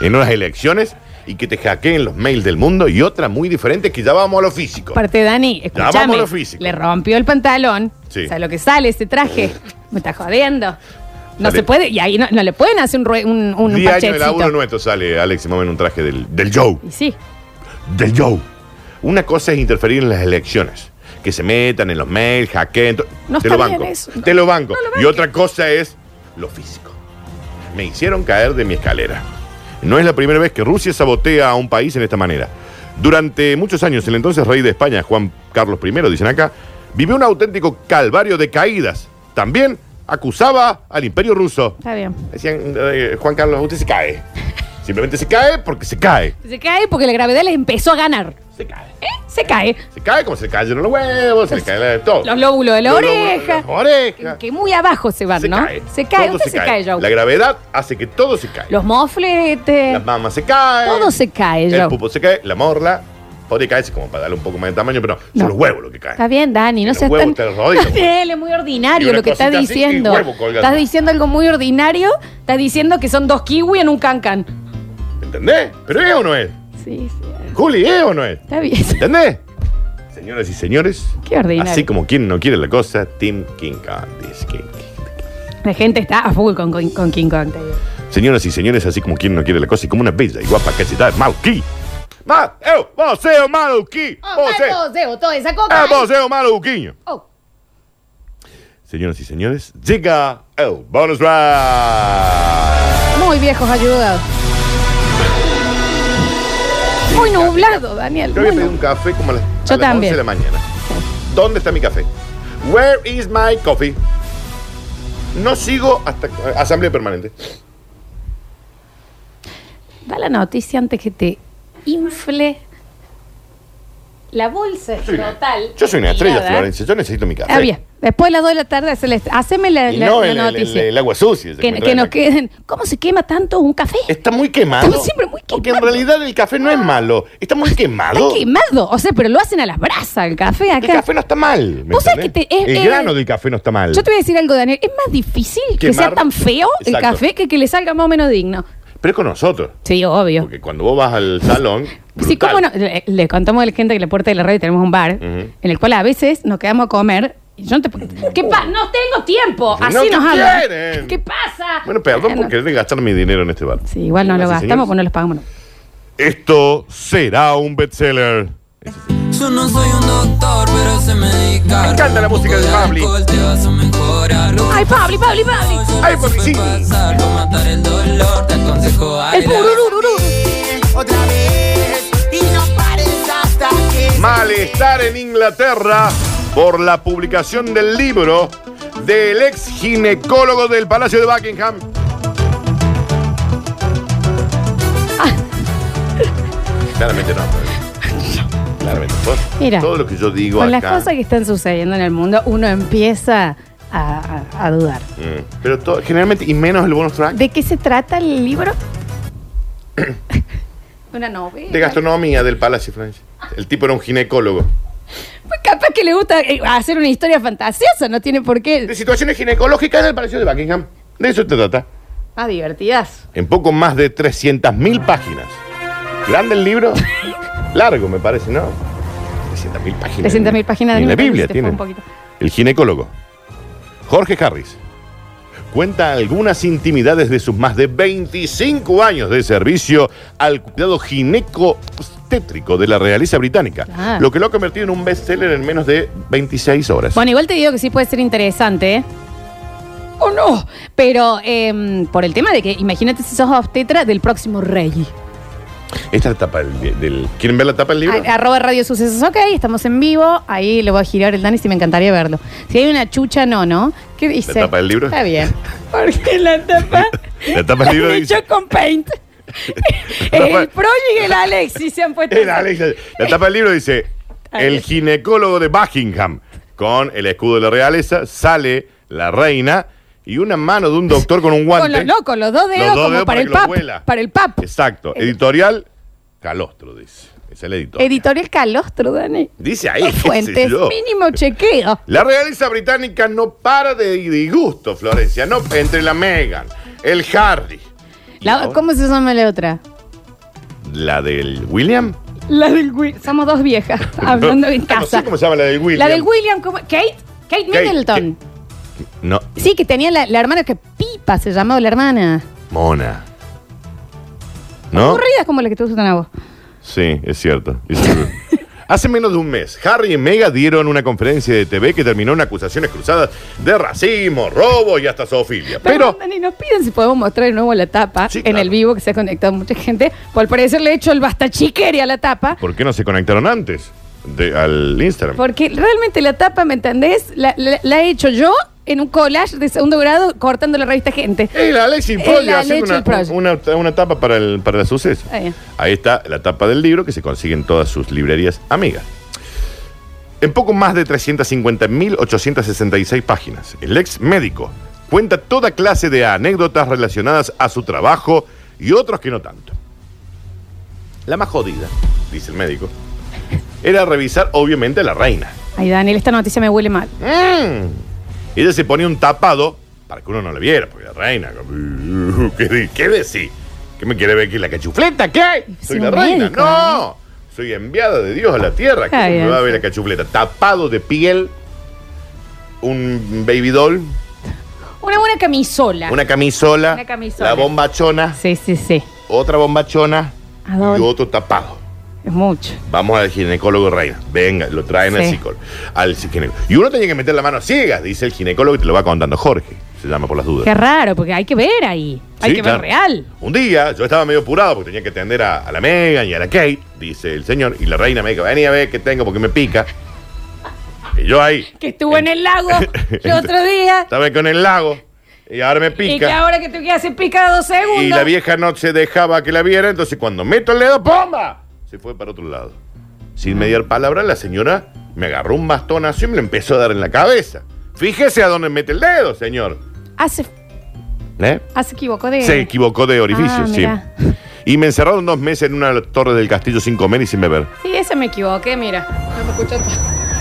Speaker 2: en unas elecciones y que te hackeen los mails del mundo y otra muy diferente es que ya vamos a lo físico.
Speaker 1: Parte Dani,
Speaker 2: Ya vamos
Speaker 1: escúchame.
Speaker 2: a lo físico.
Speaker 1: Le rompió el pantalón.
Speaker 2: Sí.
Speaker 1: O sea, lo que sale ese traje. Me está jodiendo. No
Speaker 2: Sale.
Speaker 1: se puede, y ahí no, no le pueden hacer un, rue- un, un
Speaker 2: Diez años de laburo
Speaker 1: parchecito.
Speaker 2: nuestro sale Alex Mamá en un traje del, del Joe.
Speaker 1: Y sí,
Speaker 2: Del Joe. Una cosa es interferir en las elecciones. Que se metan en los mails, hackeen. to-
Speaker 1: No
Speaker 2: te
Speaker 1: está
Speaker 2: lo
Speaker 1: bien
Speaker 2: banco.
Speaker 1: eso.
Speaker 2: Te lo banco.
Speaker 1: No lo
Speaker 2: y otra cosa es lo físico. Me hicieron caer de mi escalera. No es la primera vez que Rusia sabotea a un país en esta manera. Durante muchos años, el entonces rey de España, Juan Carlos I, dicen acá, vivió un auténtico calvario de caídas. También acusaba al imperio ruso.
Speaker 1: está bien.
Speaker 2: Decían, eh, Juan Carlos, usted se cae. Simplemente se cae porque se cae.
Speaker 1: Se cae porque la gravedad le empezó a ganar.
Speaker 2: Se cae.
Speaker 1: ¿Eh? Se cae.
Speaker 2: Se cae como se le cayeron los huevos, se le cae la- todo.
Speaker 1: Los lóbulos de la
Speaker 2: Los lóbulos de
Speaker 1: oreja.
Speaker 2: las orejas.
Speaker 1: Que muy abajo se van,
Speaker 2: Se
Speaker 1: ¿no?
Speaker 2: cae.
Speaker 1: Se cae,
Speaker 2: Todo
Speaker 1: usted se cae,
Speaker 2: La
Speaker 1: Joe.
Speaker 2: gravedad hace que todo se cae.
Speaker 1: Los mofletes.
Speaker 2: Las mamas se caen.
Speaker 1: Todo se cae,
Speaker 2: El
Speaker 1: Joe.
Speaker 2: pupo se cae, la morla. Podría caerse como para darle un poco más de tamaño, pero
Speaker 1: No.
Speaker 2: son los huevos los que caen.
Speaker 1: Está bien, Dani, no
Speaker 2: Los
Speaker 1: seas tan...
Speaker 2: huevos te los rodillas.
Speaker 1: Daniel, es muy
Speaker 2: pues. Y
Speaker 1: ordinario
Speaker 2: una
Speaker 1: lo que estás
Speaker 2: cosita así y
Speaker 1: diciendo.
Speaker 2: huevo colgando.
Speaker 1: Estás diciendo algo muy ordinario, estás diciendo que son dos kiwi en un cancan.
Speaker 2: ¿Entendés? ¿Pero es o no es?
Speaker 1: Sí, sí,
Speaker 2: Juli, ¿es o no es?
Speaker 1: está bien.
Speaker 2: ¿Entendés? Señoras y señores,
Speaker 1: Qué ordinario.
Speaker 2: así como quien no quiere la cosa, Tim King Kong. dice King Kong.
Speaker 1: La gente está a full con, con- con King Kong. te digo.
Speaker 2: Señoras y señores, así como quien no quiere la cosa, y como una bella y guapa cachetada de Malki. Ma, eu, voceo maluquí.
Speaker 1: Ah,
Speaker 2: Voceo,
Speaker 1: Debo toda esa coca.
Speaker 2: eh, voceo maluquiño.
Speaker 1: Oh,
Speaker 2: Señoras y señores, llega el bonus round.
Speaker 1: muy viejos ayudados. Muy nublado, Daniel.
Speaker 2: Yo había
Speaker 1: muy
Speaker 2: pedido un café como a las, a
Speaker 1: Yo
Speaker 2: las
Speaker 1: también.
Speaker 2: 11 de la mañana. ¿Dónde está mi café? Where is my coffee? No sigo hasta eh, asamblea permanente.
Speaker 1: nub- Da la noticia antes que te infle la bolsa total. ¿eh?
Speaker 2: Yo soy una estrella,
Speaker 1: Tirada.
Speaker 2: Florencia. Yo necesito mi café.
Speaker 1: Está bien. Después de las 2 de la tarde, hace la- haceme la,
Speaker 2: Y
Speaker 1: la-
Speaker 2: no
Speaker 1: la
Speaker 2: el, el-
Speaker 1: noticia.
Speaker 2: el- ¿eh? el agua sucia. esa
Speaker 1: que
Speaker 2: me
Speaker 1: que
Speaker 2: traen
Speaker 1: nos
Speaker 2: acá.
Speaker 1: queden. ¿Cómo se quema tanto un café?
Speaker 2: Está muy quemado.
Speaker 1: Estamos siempre muy
Speaker 2: Porque en
Speaker 1: quemado. Ah.
Speaker 2: realidad el café no es malo. Está muy
Speaker 1: Está
Speaker 2: quemado.
Speaker 1: quemado. O sea, pero lo hacen a las brasas el café acá.
Speaker 2: El café no está mal. ¿me
Speaker 1: ¿Vos sabés
Speaker 2: entendés?
Speaker 1: que te- es-
Speaker 2: el
Speaker 1: es-
Speaker 2: grano del café no está mal.
Speaker 1: Yo te voy a decir algo, Daniel. Es más difícil que
Speaker 2: Quemar-
Speaker 1: sea tan feo el
Speaker 2: Exacto.
Speaker 1: café que que le salga más o menos digno.
Speaker 2: Pero es con nosotros.
Speaker 1: Sí, obvio.
Speaker 2: Porque cuando vos vas al salón.
Speaker 1: Sí,
Speaker 2: brutal.
Speaker 1: cómo no. Le, le contamos a la gente que en la puerta de la radio tenemos un bar
Speaker 2: Ujú.
Speaker 1: en el cual a veces nos quedamos a comer. y Yo no te puedo- ¿Qué pa- No tengo tiempo.
Speaker 2: No
Speaker 1: Así
Speaker 2: te
Speaker 1: nos hablan.
Speaker 2: quieren.
Speaker 1: ¿Qué pasa?
Speaker 2: Bueno, perdón
Speaker 1: Bueno,
Speaker 2: por querer gastar mi dinero en este bar.
Speaker 1: Sí, igual no lo
Speaker 2: Señoras y
Speaker 1: gastamos, pues no los
Speaker 2: señores,
Speaker 1: pagamos. no.
Speaker 2: Esto será un bestseller.
Speaker 4: Yo no soy un doctor, pero se medica.
Speaker 2: Me encanta la música de Pabli.
Speaker 4: Te vas a mejorar. Lo que
Speaker 1: Ay, Pabli, Pabli, Pabli.
Speaker 2: Ay, Pabli, sí.
Speaker 4: pasar, con matar el dolor, te aconsejo
Speaker 1: El
Speaker 4: aire.
Speaker 1: pururururu.
Speaker 5: otra vez y no pares hasta que
Speaker 2: Malestar en Inglaterra por la publicación del libro del ex ginecólogo del Palacio de Buckingham.
Speaker 1: Ah.
Speaker 2: Claramente no. pero- Claramente. Todo-
Speaker 1: Mira,
Speaker 2: todo lo que yo digo
Speaker 1: Con
Speaker 2: acá.
Speaker 1: las cosas que están sucediendo en el mundo, uno empieza a, a- a dudar.
Speaker 2: Mm, Pero todo- generalmente, y menos el bonus track.
Speaker 1: ¿De qué se trata el libro? Una novela.
Speaker 2: De gastronomía del Palacio de Francia. El tipo era un ginecólogo.
Speaker 1: Pues capaz que le gusta eh, hacer una historia fantasiosa, no tiene por
Speaker 2: De
Speaker 1: qué.
Speaker 2: situaciones ginecológicas en el Palacio de Buckingham. De eso te trata.
Speaker 1: Ah, divertidas.
Speaker 2: En poco más de 300.000 páginas. Grande el libro. Largo, me parece, ¿no? 300.000 páginas.
Speaker 1: 300.000 páginas de
Speaker 2: Ni la
Speaker 1: libro,
Speaker 2: Biblia
Speaker 1: se te fue
Speaker 2: tiene.
Speaker 1: un poquito.
Speaker 2: El ginecólogo. Jorge Harris. Cuenta algunas intimidades de sus más de 25 años de servicio al cuidado gineco-obstétrico de la realeza británica,
Speaker 1: Claro.
Speaker 2: lo que lo ha convertido en un bestseller en menos de 26 horas.
Speaker 1: Bueno, igual te digo que sí puede ser interesante, ¿eh? ¡Oh, no! Pero em, por el tema de que, imagínate si sos obstetra del próximo rey.
Speaker 2: Esta es la tapa del, del- ¿Quieren ver la tapa del libro?
Speaker 1: A- Arroba Radio Sucesos, ok, estamos en vivo. Ahí lo va a girar el Dani si me encantaría verlo. Si hay una chucha, no, ¿no? ¿Qué dice?
Speaker 2: tapa del libro?
Speaker 1: Está bien. Porque la tapa.
Speaker 2: La tapa del libro
Speaker 1: han
Speaker 2: dice-
Speaker 1: hecho con paint.
Speaker 2: La
Speaker 1: el
Speaker 2: tapa-
Speaker 1: Proli y el Alexis se han puesto.
Speaker 2: Eh, dale, dale. La tapa del libro dice: El ginecólogo de Buckingham. Con el escudo de la realeza sale la reina y una mano de un doctor con un guante.
Speaker 1: Con los, no, con los dos dedos,
Speaker 2: Los dos
Speaker 1: como
Speaker 2: dedos
Speaker 1: para, el
Speaker 2: que los
Speaker 1: pap.
Speaker 2: huela.
Speaker 1: Para el pap.
Speaker 2: Exacto. Editorial Calostro dice. Es el editor.
Speaker 1: Editorial Calostro, Dani.
Speaker 2: dice ahí. qué sé
Speaker 1: Fuentes,
Speaker 2: yo.
Speaker 1: mínimo chequeo.
Speaker 2: La realeza británica no para de disgusto, Florencia. No, entre la Meghan, el Harry. y
Speaker 1: La-
Speaker 2: ahora
Speaker 1: ¿Cómo se llama la otra?
Speaker 2: la del William.
Speaker 1: La del William. Somos dos viejas hablando en
Speaker 2: No sé
Speaker 1: casa.
Speaker 2: cómo se llama la del William.
Speaker 1: La del William, ¿cómo? Kate. Kate Middleton.
Speaker 2: No,
Speaker 1: Sí, que tenía la, la hermana que Pipa se llamaba la hermana.
Speaker 2: Ah. Mona. ¿No?
Speaker 1: Aburridas como las que te gustan a vos.
Speaker 2: Sí, es cierto. es cierto. Hace menos de un mes, Harry y Meghan dieron una conferencia de TV que terminó en acusaciones cruzadas de racismo, robo y hasta zoofilia. Pero,
Speaker 1: Dani, nos piden si podemos mostrar de nuevo la tapa
Speaker 2: Sí,
Speaker 1: en
Speaker 2: claro.
Speaker 1: el vivo que se ha conectado mucha gente. Por parecer le he hecho el basta chiqueria a la tapa.
Speaker 2: ¿por qué no se conectaron antes de- al Instagram?
Speaker 1: Porque realmente la tapa, ¿me entendés? La, la- la he hecho yo en un collage de segundo grado cortando la revista Gente.
Speaker 2: El Alexis
Speaker 1: El
Speaker 2: Prodi
Speaker 1: Alexis Eh.
Speaker 2: haciendo una,
Speaker 1: Prodi.
Speaker 2: una- una tapa para el, para la suceso.
Speaker 1: Ahí.
Speaker 2: Ahí está la tapa del libro que se consigue en todas sus librerías amigas. En poco más de 350.866 páginas, el ex médico cuenta toda clase de anécdotas relacionadas a su trabajo y otros que no tanto. La más jodida, dice el médico, era revisar obviamente a la reina.
Speaker 1: Ay, Daniel, esta noticia me huele mal.
Speaker 2: Mm. Ella se ponía un tapado para que uno no la viera, porque la reina. como, "Uh, ¿Qué, de- qué decís? ¿Qué me quiere ver aquí la cachufleta? ¿Qué? Soy
Speaker 1: Sí,
Speaker 2: la
Speaker 1: un
Speaker 2: reina.
Speaker 1: médico,
Speaker 2: No. Soy enviada de Dios a la tierra.
Speaker 1: ¿eh? Está
Speaker 2: ¿Cómo me
Speaker 1: bien.
Speaker 2: va a ver la cachufleta? Tapado de piel, un baby doll,
Speaker 1: Una buena camisola.
Speaker 2: una camisola,
Speaker 1: Una camisola.
Speaker 2: la bombachona,
Speaker 1: Sí, sí, sí.
Speaker 2: otra bombachona
Speaker 1: ¿A dónde?
Speaker 2: y otro tapado.
Speaker 1: Es mucho.
Speaker 2: Vamos al ginecólogo reina. Venga, lo traen al
Speaker 1: Sí.
Speaker 2: psicólogo. Al ginecólogo. Y uno tenía que meter la mano a ciegas, dice el ginecólogo y te lo va contando Jorge. Se llama por las dudas.
Speaker 1: Qué raro, porque hay que ver ahí. Hay
Speaker 2: Sí,
Speaker 1: que
Speaker 2: claro.
Speaker 1: ver real.
Speaker 2: Un día yo estaba medio apurado porque tenía que atender a, a la Megan y a la Kate, dice el señor, y la reina me dijo, vení a ver qué tengo porque me pica. Y yo ahí
Speaker 1: Que estuvo en el lago el otro día.
Speaker 2: estaba con el lago y ahora me
Speaker 1: Y que
Speaker 2: pica.
Speaker 1: ahora que te quedas sin pica dos segundos.
Speaker 2: Y, la vieja no se dejaba que la viera, entonces cuando meto el dedo, ¡bomba! Se fue para otro lado.
Speaker 1: Mm.
Speaker 2: Sin mediar palabra, la señora me agarró un bastón así y me lo empezó a dar en la cabeza. Fíjese a dónde mete el dedo, señor.
Speaker 1: Ah, se,
Speaker 2: ¿Eh?
Speaker 1: ah, se equivocó de.
Speaker 2: Se equivocó de orificio,
Speaker 1: Ah,
Speaker 2: sí.
Speaker 1: mirá.
Speaker 2: Y me encerraron dos meses en una torre del castillo sin comer y sin beber.
Speaker 1: Sí, esa me equivoqué, mira. No me escuchaste.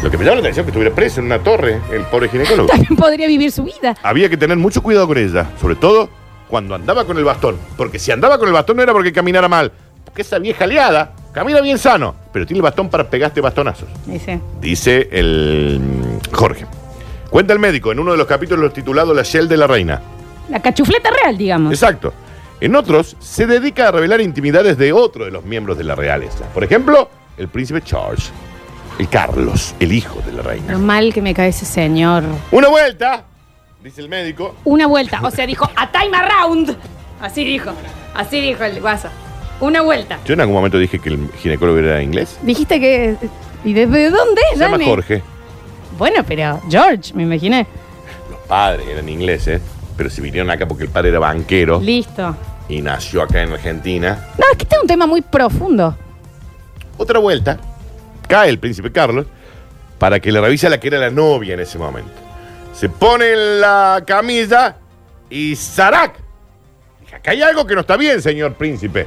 Speaker 2: Lo que me llamó la atención es que estuviera preso en una torre, el pobre ginecólogo.
Speaker 1: También podría vivir su vida.
Speaker 2: Había que tener mucho cuidado con ella, sobre todo cuando andaba con el bastón. Porque si andaba con el bastón no era porque caminara mal. Porque esa vieja aliada camina bien sano, pero tiene el bastón para pegarte bastonazos.
Speaker 1: Dice.
Speaker 2: Dice el mm, Jorge. Cuenta el médico en uno de los capítulos titulado La Shell de la Reina.
Speaker 1: La cachufleta real, digamos.
Speaker 2: Exacto. En otros, se dedica a revelar intimidades de otro de los miembros de la realeza. Por ejemplo, el príncipe Charles, el Carlos, el hijo de la reina.
Speaker 1: Lo mal que me cae ese señor.
Speaker 2: Una vuelta, dice el médico.
Speaker 1: Una vuelta. O sea, dijo, a time around. Así dijo. Así dijo el guasa. Una vuelta.
Speaker 2: Yo en algún momento dije que el ginecólogo era inglés.
Speaker 1: Dijiste que. ¿Y desde dónde?
Speaker 2: Se llama
Speaker 1: Dani?
Speaker 2: Jorge.
Speaker 1: bueno, pero George, me imaginé.
Speaker 2: Los padres eran ingleses, pero se vinieron acá porque el padre era banquero
Speaker 1: Listo.
Speaker 2: y nació acá en Argentina.
Speaker 1: No, es que este es un tema muy profundo.
Speaker 2: Otra vuelta, cae el príncipe Carlos para que le revise a la que era la novia en ese momento. Se pone en la camisa y ¡zarac! Acá hay algo que no está bien, señor príncipe.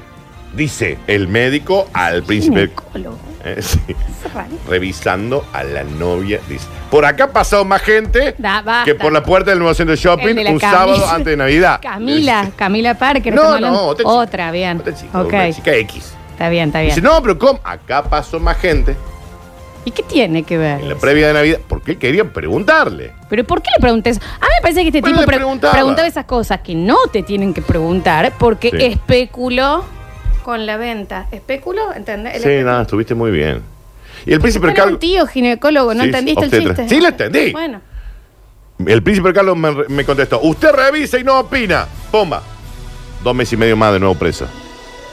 Speaker 2: Dice el médico al príncipe.
Speaker 1: Ginecólogo.
Speaker 2: Eh, sí.
Speaker 1: Es raro.
Speaker 2: revisando a la novia. Dice, por acá ha pasado más gente
Speaker 1: Da, basta.
Speaker 2: que por la puerta del nuevo centro de shopping
Speaker 1: El de la
Speaker 2: un
Speaker 1: camisa.
Speaker 2: sábado antes de Navidad.
Speaker 1: Camila, Camila Parker.
Speaker 2: No,
Speaker 1: estamos
Speaker 2: no,
Speaker 1: hablando-
Speaker 2: otra chica.
Speaker 1: otra, bien.
Speaker 2: Otra chica,
Speaker 1: ok,
Speaker 2: una chica X.
Speaker 1: está bien, está
Speaker 2: Dice,
Speaker 1: bien.
Speaker 2: no, pero ¿cómo? Acá pasó más gente
Speaker 1: ¿Y qué tiene que ver?
Speaker 2: en la previa de Navidad porque él quería preguntarle.
Speaker 1: Pero ¿por qué le pregunté eso? A mí me parece que este
Speaker 2: Bueno,
Speaker 1: tipo
Speaker 2: le
Speaker 1: pre-
Speaker 2: preguntaba.
Speaker 1: preguntaba esas cosas que no te tienen que preguntar porque
Speaker 2: Sí.
Speaker 1: especuló con la venta. ¿Especuló? ¿Entendés? El
Speaker 2: Sí,
Speaker 1: especuló.
Speaker 2: nada, estuviste muy bien. Y el príncipe
Speaker 1: Era un
Speaker 2: Carlos,
Speaker 1: tío ginecólogo, ¿no
Speaker 2: Sí,
Speaker 1: entendiste el
Speaker 2: obstetra.
Speaker 1: chiste?
Speaker 2: Sí, lo entendí.
Speaker 1: Bueno,
Speaker 2: el príncipe Carlos me, me contestó, usted revisa y no opina. Pomba. Dos meses y medio más de nuevo preso.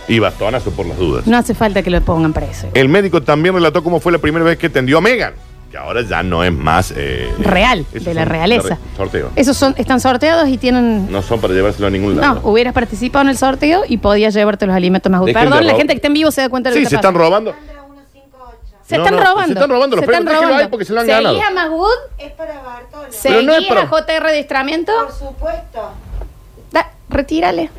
Speaker 2: Y bastonazo por las dudas.
Speaker 1: no hace falta que lo pongan preso.
Speaker 2: El médico también relató cómo fue la primera vez que tendió a Megan, que ahora ya no es más... eh,
Speaker 1: Real,
Speaker 2: esos
Speaker 1: de la
Speaker 2: son
Speaker 1: realeza.
Speaker 2: re- sorteo.
Speaker 1: Esos son, están sorteados y tienen...
Speaker 2: No son para llevárselo a ningún
Speaker 1: No,
Speaker 2: lado.
Speaker 1: hubieras participado en el sorteo y podías llevarte los alimentos más
Speaker 2: Dejen de
Speaker 1: Perdón, la
Speaker 2: robar.
Speaker 1: gente que está en vivo se da cuenta de lo
Speaker 2: sí,
Speaker 1: que
Speaker 2: se
Speaker 1: está
Speaker 2: están
Speaker 1: pasando.
Speaker 2: robando.
Speaker 1: Se
Speaker 2: No,
Speaker 1: están
Speaker 2: no,
Speaker 1: robando.
Speaker 2: se están robando los premios, déjenlo ahí porque se lo han
Speaker 1: ¿Seguís
Speaker 2: ganado.
Speaker 1: a Magud?
Speaker 5: Es para Bartolo.
Speaker 2: Pero
Speaker 1: ¿Seguís
Speaker 2: no es
Speaker 1: a
Speaker 2: para-
Speaker 1: JR de Estramiento?
Speaker 5: Por supuesto.
Speaker 1: Da, retírale.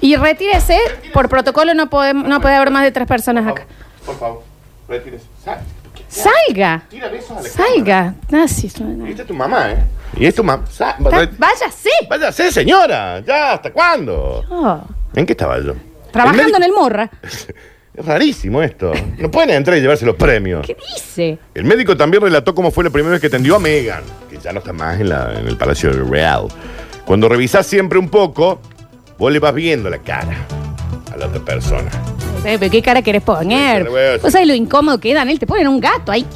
Speaker 1: Y retírese. Por protocolo no, podemos, no puede haber más de tres personas acá.
Speaker 2: Por favor, retírese. Sal.
Speaker 1: ¡Salga!
Speaker 2: Tira besos a la cámara.
Speaker 1: ¡Salga! Ah, sí, no, no.
Speaker 2: Y esta es tu mamá, ¿eh? Y es tu mamá. Sal.
Speaker 1: Está-
Speaker 2: Re-
Speaker 1: ¡Váyase!
Speaker 2: Váyase, señora. Ya, ¿hasta cuándo?
Speaker 1: Oh,
Speaker 2: ¿En qué estaba yo?
Speaker 1: Trabajando en
Speaker 2: médico-
Speaker 1: el morra.
Speaker 2: Es rarísimo esto. No pueden entrar y llevarse los premios.
Speaker 1: ¿Qué dice?
Speaker 2: El médico también relató cómo fue la primera vez que tendió a Megan, que ya no está más en, la- en el Palacio Real. Cuando revisás siempre un poco, vos le vas viendo la cara a la otra persona.
Speaker 1: Eh, pero ¿Qué cara querés
Speaker 2: Sí, pero bueno,
Speaker 1: poner?
Speaker 2: sí.
Speaker 1: ¿Vos sabés lo incómodo que dan? Él te ponen un gato ahí.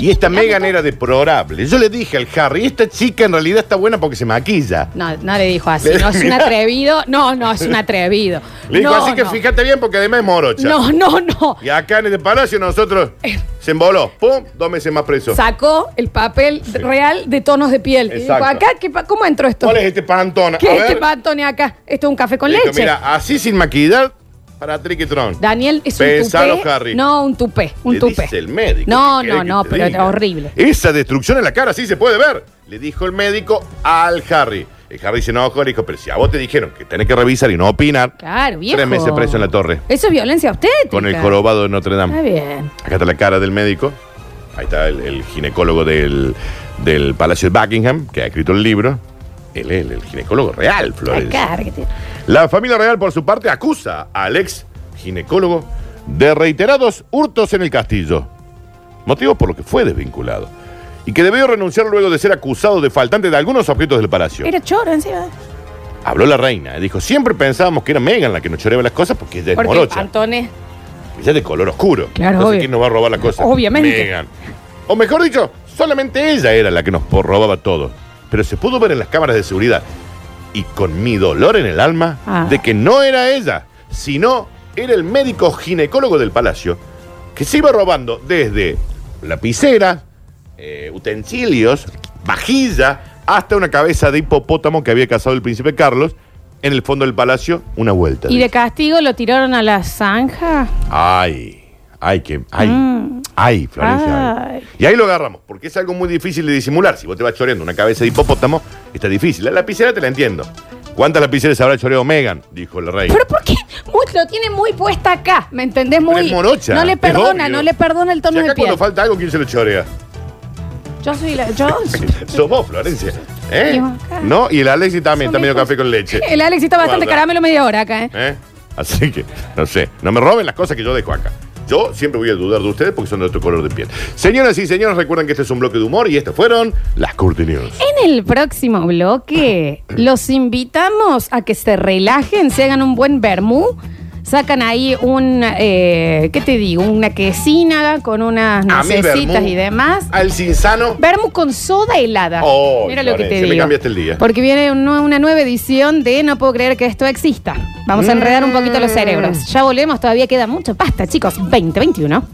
Speaker 2: Y esta Megan era deplorable. Yo le dije al Harry, esta chica en realidad está buena porque se maquilla.
Speaker 1: No, no le dijo así.
Speaker 2: Le-
Speaker 1: No es un
Speaker 2: Mirá.
Speaker 1: atrevido. No, no, es un atrevido.
Speaker 2: Le digo,
Speaker 1: no,
Speaker 2: así que
Speaker 1: no.
Speaker 2: fíjate bien porque además es morocha.
Speaker 1: No, no, no.
Speaker 2: Y acá en el palacio nosotros
Speaker 1: Eh.
Speaker 2: se emboló. ¡Pum! Dos meses más preso.
Speaker 1: Sacó el papel real de tonos de piel. Y dijo,
Speaker 2: Exacto.
Speaker 1: acá, ¿qué pa- ¿cómo entró esto?
Speaker 2: ¿Cuál es este pantón? A
Speaker 1: ¿Qué es
Speaker 2: ver.
Speaker 1: este pantone acá? Esto es un café con
Speaker 2: Le digo,
Speaker 1: leche.
Speaker 2: Mira, así sin maquillar para Triquitron.
Speaker 1: Daniel es
Speaker 2: Pensalo,
Speaker 1: un tupé.
Speaker 2: Harry.
Speaker 1: No, un tupé. Un
Speaker 2: Le
Speaker 1: tupé.
Speaker 2: dice el médico.
Speaker 1: No,
Speaker 2: ¿qué querés
Speaker 1: no,
Speaker 2: que
Speaker 1: no,
Speaker 2: te
Speaker 1: pero
Speaker 2: diga?
Speaker 1: era horrible.
Speaker 2: Esa destrucción en la cara sí se puede ver, le dijo el médico al Harry. El Harry se enojó y le dijo, pero si a vos te dijeron que tenés que revisar y no opinar,
Speaker 1: Claro, viejo.
Speaker 2: tres meses preso en la torre,
Speaker 1: Eso es violencia obstétrica.
Speaker 2: con el jorobado de Notre
Speaker 1: Está
Speaker 2: Dame.
Speaker 1: bien.
Speaker 2: Acá está la cara del médico, ahí está el, el ginecólogo del, del Palacio de Buckingham, que ha escrito el libro. Él es el ginecólogo real, Flores.
Speaker 1: Cárgate.
Speaker 2: La familia real, por su parte, acusa al ex ginecólogo de reiterados hurtos en el castillo, motivo por lo que fue desvinculado, y que debió renunciar luego de ser acusado de faltante de algunos objetos del palacio.
Speaker 1: Era choro encima.
Speaker 2: Habló la reina, y dijo, siempre pensábamos que era Megan la que nos choreaba las cosas porque ella es
Speaker 1: Porque
Speaker 2: morocha,
Speaker 1: Pantone.
Speaker 2: ella es de color oscuro.
Speaker 1: Claro,
Speaker 2: Entonces,
Speaker 1: obvio.
Speaker 2: ¿quién nos va a robar las cosas?
Speaker 1: Obviamente.
Speaker 2: Megan. O mejor dicho, solamente ella era la que nos por- robaba todo. Pero se pudo ver en las cámaras de seguridad y con mi dolor en el alma
Speaker 1: Ah.
Speaker 2: de que no era ella, sino era el médico ginecólogo del palacio que se iba robando desde lapicera, eh, utensilios, vajilla, hasta una cabeza de hipopótamo que había cazado el príncipe Carlos en el fondo del palacio una vuelta.
Speaker 1: Y de castigo lo tiraron a la zanja.
Speaker 2: Ay, ay, que. Ay, ay, Florencia. ay.
Speaker 1: Mm. Ay.
Speaker 2: Y ahí lo agarramos, porque es algo muy difícil de disimular. Si vos te vas choreando una cabeza de hipopótamo, está difícil. La lapicera te la entiendo. ¿Cuántas lapiceras habrá choreado Megan? Dijo la reina.
Speaker 1: Pero ¿por qué? Muy- lo tiene muy puesta acá, ¿me entendés? Muy,
Speaker 2: Pero es morocha,
Speaker 1: No le
Speaker 2: es
Speaker 1: perdona,
Speaker 2: obvio.
Speaker 1: no le perdona el
Speaker 2: Si
Speaker 1: tono
Speaker 2: acá
Speaker 1: de piel.
Speaker 2: cuando falta algo, ¿quién se lo chorea?
Speaker 1: Yo soy la... Yo...
Speaker 2: Sos vos, Florencia. ¿Eh?
Speaker 1: Y vos acá.
Speaker 2: ¿No? Y el Alexi también está
Speaker 1: Son
Speaker 2: medio
Speaker 1: hijos.
Speaker 2: café con leche.
Speaker 1: El Alex está bastante
Speaker 2: Guarda.
Speaker 1: caramelo media hora acá, ¿eh?
Speaker 2: ¿Eh? Así que, no sé, no me roben las cosas que yo dejo acá. Yo siempre voy a dudar de ustedes porque son de otro color de piel. Señoras y señores, recuerden que este es un bloque de humor y estas fueron las Curti News.
Speaker 1: En el próximo bloque los invitamos a que se relajen, se hagan un buen vermú, sacan ahí un, eh, ¿qué te digo? Una quesina con unas
Speaker 2: A mí,
Speaker 1: necesitas
Speaker 2: vermú.
Speaker 1: y demás.
Speaker 2: Al Cinsano.
Speaker 1: Vermú con soda helada.
Speaker 2: Oh,
Speaker 1: Mira lo que
Speaker 2: Florencia,
Speaker 1: te
Speaker 2: me
Speaker 1: digo.
Speaker 2: cambiaste el día.
Speaker 1: Porque viene un nue- una nueva edición de No puedo creer que esto exista. Vamos a enredar un poquito los cerebros. Ya volvemos, todavía queda mucho pasta, chicos. 2021.